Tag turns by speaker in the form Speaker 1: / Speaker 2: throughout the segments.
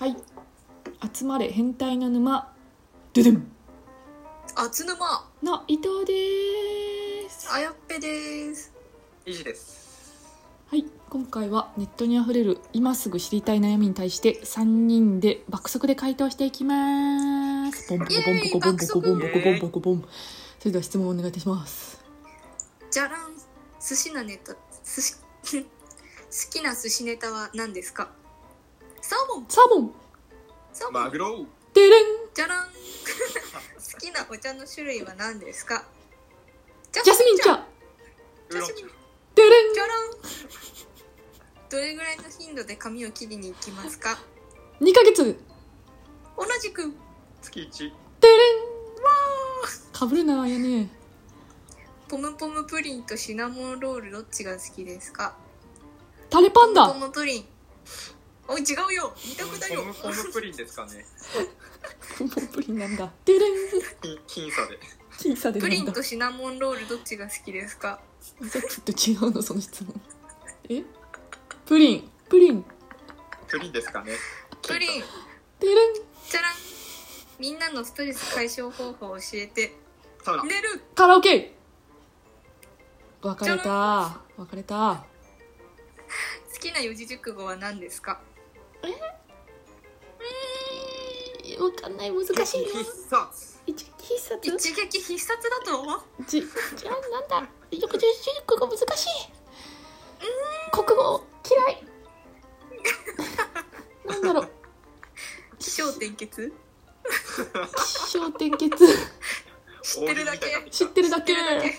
Speaker 1: はい集まれ変態の沼ドゥドゥン
Speaker 2: あつぬま
Speaker 1: の伊藤です
Speaker 2: あやっぺです
Speaker 3: いじです。
Speaker 1: はい今回はネットにあふれる今すぐ知りたい悩みに対して3人で爆速で回答していきますボンボコボンボコボンボコボンボコボンボコボンそれでは質問をお願いいたします
Speaker 2: じゃらん寿司のネタ寿司 好きな寿司ネタは何ですかサーモン
Speaker 1: サーモン
Speaker 2: サーモ
Speaker 3: マ
Speaker 2: ン
Speaker 3: グロ。
Speaker 1: デレン
Speaker 2: じゃらん 好きなお茶の種類は何ですかジ
Speaker 1: ジャスミン茶
Speaker 3: ウーロン
Speaker 1: デレン
Speaker 2: じゃらんどれぐらいの頻度で髪を切りに行きますか
Speaker 1: 2ヶ月
Speaker 2: 同じく
Speaker 3: 茶。月一。
Speaker 1: デレンかぶるなやね
Speaker 2: ポムポムプリンとシナモンロールどっちが好きですか
Speaker 1: タレパン
Speaker 2: ポ
Speaker 1: ダ
Speaker 2: ムポムプリンおい違うよ二択だよ
Speaker 3: ホムホムプリンですか ね。
Speaker 1: ポンポンプリンなんだデレン
Speaker 3: き僅差で。
Speaker 1: 小さで
Speaker 2: プ
Speaker 1: な
Speaker 2: リ
Speaker 1: ん
Speaker 2: ン
Speaker 1: だ
Speaker 2: とシナモンロールどっちが好きですか
Speaker 1: さっきと違うのその質問えプリンプリン
Speaker 3: プリンですかね。
Speaker 2: プリン
Speaker 1: デレン
Speaker 2: じゃらんみんなのストレス解消方法を教えて
Speaker 3: サウナ。
Speaker 2: 寝る
Speaker 1: カラオケ分かれた分かれた
Speaker 2: 好きな四字熟語は何ですか
Speaker 1: えー、分かんない難しいな
Speaker 3: 必殺。
Speaker 1: 一必殺
Speaker 2: 一撃必殺だと思う
Speaker 1: じじゃあなんだ翌日ここ難しい国語嫌い なんだろう
Speaker 2: 起承転結
Speaker 1: 起承転結
Speaker 2: 知ってるだけ
Speaker 1: 知ってるだ
Speaker 2: 知
Speaker 1: け
Speaker 2: ってるだけ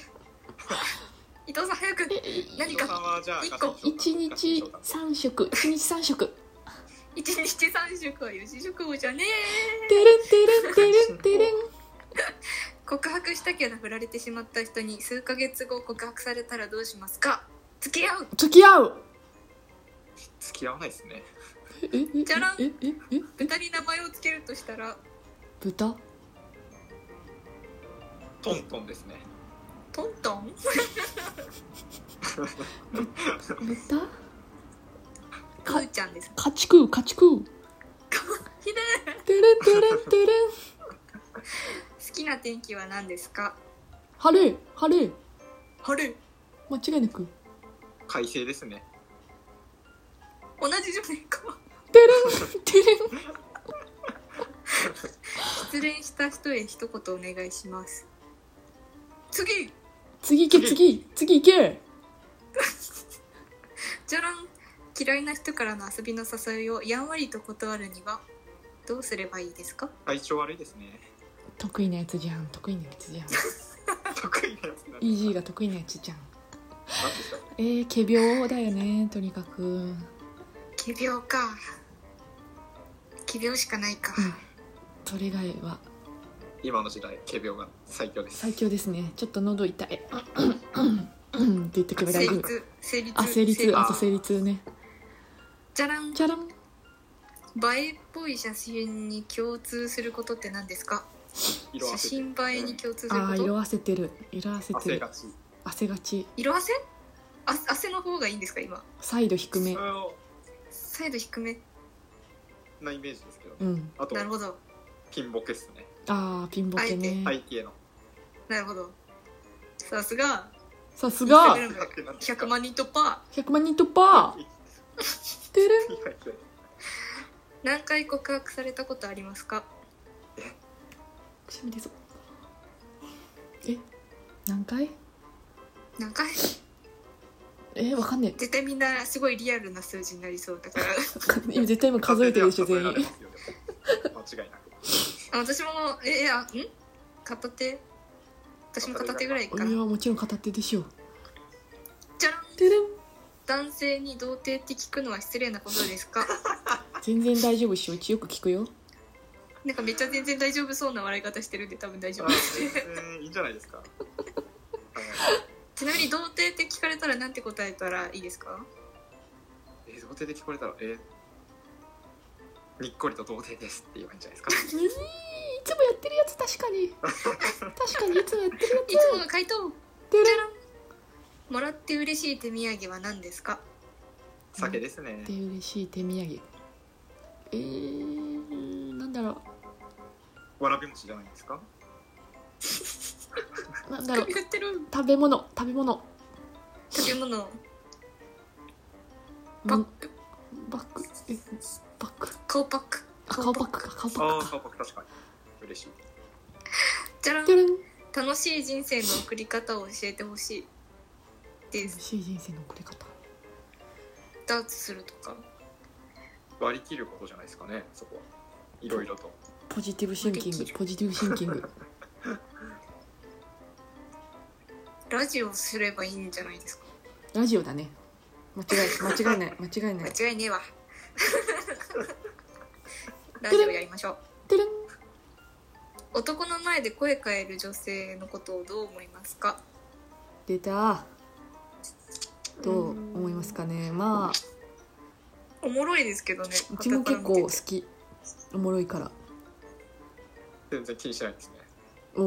Speaker 2: 伊藤さん早く
Speaker 1: え
Speaker 2: 何
Speaker 3: 伊藤さ
Speaker 2: か
Speaker 3: んはじゃあ
Speaker 2: 一個
Speaker 3: 合唱
Speaker 1: 一
Speaker 3: 団合
Speaker 1: 日
Speaker 3: 唱団
Speaker 1: 三食一日三食
Speaker 2: 一日三食は四字熟語じゃねえ
Speaker 1: てれんてれんてれんてれん
Speaker 2: 告白したけど振られてしまった人に数ヶ月後告白されたらどうしますか付き合う
Speaker 1: 付き合う
Speaker 3: 付き合わないですね。
Speaker 1: えええ
Speaker 2: じゃらん
Speaker 1: ええええ
Speaker 2: 豚に名前をつけるとしたら
Speaker 1: 豚
Speaker 3: トントンですね。
Speaker 2: トントン
Speaker 1: 豚
Speaker 2: くーちゃんです
Speaker 1: 家畜家畜
Speaker 2: ひでえ
Speaker 1: てれんてれんてれん
Speaker 2: 好きな天気は何ですか
Speaker 1: 晴れ晴れ
Speaker 2: 晴れ
Speaker 1: 間違いなく
Speaker 3: 快晴ですね。
Speaker 2: 同じじゃないか
Speaker 1: てれんてれん
Speaker 2: 失恋した人へ一言お願いします次
Speaker 1: 次行け次次行け
Speaker 2: じゃらん嫌いな人からの遊びの誘いをやんわりと断るにはどうすればいいですか
Speaker 3: 体調悪いです ね。
Speaker 1: 得意なやつじゃん得意なやつじゃん
Speaker 3: 得意なやつなんで
Speaker 1: EG が得意なやつじゃん
Speaker 3: 何ですか。
Speaker 1: えー、仮病だよねとにかく
Speaker 2: 奇病か奇病しかないか、
Speaker 1: それ以外は
Speaker 3: 今の時代、仮病が最強です。
Speaker 1: 最強ですねちょっと喉痛いうんうんって言ってくれ大
Speaker 2: 成
Speaker 1: 丈夫
Speaker 2: 立成立
Speaker 1: あ生理痛
Speaker 3: あ
Speaker 1: あと生理痛ね
Speaker 2: じゃらん映
Speaker 1: じゃらん
Speaker 2: えっぽい写真に共通することって何ですか
Speaker 3: 色
Speaker 2: 写
Speaker 3: あせて。
Speaker 2: 真映えに共通する
Speaker 1: あ
Speaker 2: こ
Speaker 1: ー
Speaker 2: と
Speaker 1: 色あせてる色あせて
Speaker 3: 汗
Speaker 1: る
Speaker 3: がち。
Speaker 1: 汗がち
Speaker 2: 色あせあ汗の方がいいんですか今
Speaker 1: サイド低め
Speaker 3: それを
Speaker 2: サイド低め
Speaker 3: なイメージですけど
Speaker 1: う
Speaker 3: ね。
Speaker 1: ん
Speaker 3: あと
Speaker 2: なるほど
Speaker 3: ピンボケですね。
Speaker 1: あーピンボケね、
Speaker 3: 背景の。
Speaker 2: なるほどさすが
Speaker 1: さす
Speaker 2: イ
Speaker 1: が
Speaker 2: ンスタグラム100万人突破
Speaker 1: 100万人突破て る
Speaker 2: 何回告白されたことありますか
Speaker 1: くしゃみ出そうえ何回
Speaker 2: 何回
Speaker 1: え ー、わかんね
Speaker 2: 絶対みんなすごいリアルな数字になりそうだ から
Speaker 1: え今絶対今数えてるでしょ全員
Speaker 3: 間違いなく。
Speaker 2: あ私もえいやん片手私も片手ぐらいか
Speaker 1: 俺
Speaker 2: な
Speaker 1: はもちろん片手でしょ
Speaker 2: じゃらん
Speaker 1: てるん
Speaker 2: 男性に童貞って聞くのは失礼なことです か
Speaker 1: 全然大丈夫っしょうちよく聞くよ
Speaker 2: なんかめっちゃ全然大丈夫そうな笑い方してるんで多分大丈夫です
Speaker 3: うんいいんじゃないですか。
Speaker 2: ちなみに童貞って聞かれたらなんて答えたらいいですか
Speaker 3: えー、童貞で聞こえたら、えー、にっこりと童貞ですって言えばいいんじゃないです
Speaker 1: うぃーいつもやってるやつ確かに確かにいつもやってるや
Speaker 2: いつもの回答
Speaker 1: つてる
Speaker 2: もらって嬉しい手土産は何ですか
Speaker 3: か。酒ですね
Speaker 1: で。嬉しい手土産えー、なんだろ
Speaker 3: わらび餅じゃないですか
Speaker 1: うなんだろう
Speaker 2: 言ってる
Speaker 1: 食べ物食べ物
Speaker 2: 食べ物パ
Speaker 1: バ
Speaker 2: ッ
Speaker 1: ッ
Speaker 2: ク
Speaker 1: バックえバック
Speaker 2: 顔パック
Speaker 1: あ顔パックか顔パ
Speaker 3: あ
Speaker 1: ッ
Speaker 3: あ
Speaker 1: クか
Speaker 3: 顔パック確かに嬉しい
Speaker 2: じゃらん
Speaker 1: てるん
Speaker 2: 楽しい人生の送り方を教えてほしいです
Speaker 1: 嬉しい人生の送り方
Speaker 2: ダーツするとか
Speaker 3: 割り切ることじゃないですかねそこはいろいろと
Speaker 1: ポジティブシンキング
Speaker 2: できる
Speaker 1: ポジティブシンキング
Speaker 2: ラジオすればいいんじゃないですか
Speaker 1: ラジオだね間違い間違いない 間違いない
Speaker 2: 間違いね えわラジオやりましょう
Speaker 1: てるん
Speaker 2: 男の前で声変える女性のことをどう思いますか
Speaker 1: 出たどう思いますかねまあ
Speaker 2: おもろいですけどね
Speaker 1: うちも結構好
Speaker 2: 傍から見てて
Speaker 1: きおもろいから
Speaker 3: 全然気にしないですね
Speaker 1: お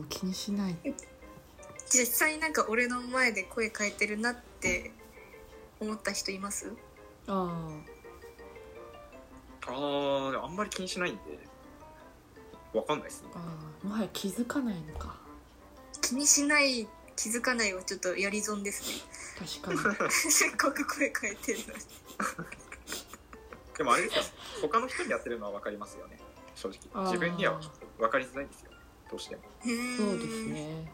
Speaker 1: お気にしない
Speaker 2: 実際なんか俺の前で声変えてるなって思った人います
Speaker 1: あ
Speaker 3: あああんまり気にしないんでわかんないですね
Speaker 1: あーもはや気づかないのか
Speaker 2: 気にしない気づかないはちょっとやり損ですね
Speaker 1: 確かに
Speaker 2: せっかく声変えてるのに
Speaker 3: でもあれですよ他の人にやってるのはわかりますよね正
Speaker 1: あー
Speaker 3: 直自分にはわかりづらいんですよどうしても
Speaker 1: そ
Speaker 2: そう
Speaker 1: ですね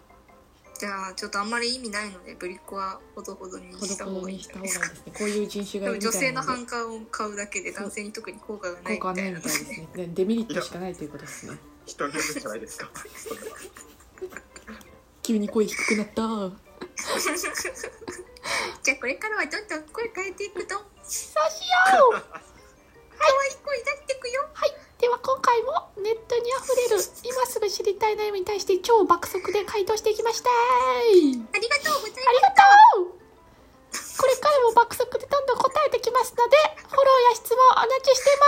Speaker 2: じゃあちょっとあんまり意味ないのでブリッコはほどほどに
Speaker 1: ほ
Speaker 2: した
Speaker 1: ど
Speaker 2: 方
Speaker 1: ほど
Speaker 2: がいい
Speaker 1: に
Speaker 2: んじ
Speaker 1: し
Speaker 2: ゃ
Speaker 1: た方がいいで
Speaker 2: ないですか
Speaker 1: すねこういう人種
Speaker 2: で
Speaker 1: がい
Speaker 2: も
Speaker 1: るみ
Speaker 2: 女
Speaker 1: た
Speaker 2: 性
Speaker 1: い
Speaker 2: の
Speaker 1: なの
Speaker 2: 反感を買うだけで男性に特に効果がな
Speaker 1: で
Speaker 2: い
Speaker 1: 効果は
Speaker 2: みた
Speaker 1: ないい
Speaker 2: な
Speaker 1: みたいですねでデメリットしかないということですね
Speaker 3: 人によるんじゃないですかそれは
Speaker 1: 急に声低くなった
Speaker 2: じゃあこれからはどんどん声変えていくと可
Speaker 1: そうしよう
Speaker 2: 愛い声出していくよ
Speaker 1: では今回もネットにあふれる今すぐ知りたい悩みに対して超爆速で回答していきました
Speaker 2: ありがとうござい
Speaker 1: あ
Speaker 2: ま
Speaker 1: りがとうこれからも爆速でどんどん答えてきますのでフォローや質問お待ちしてま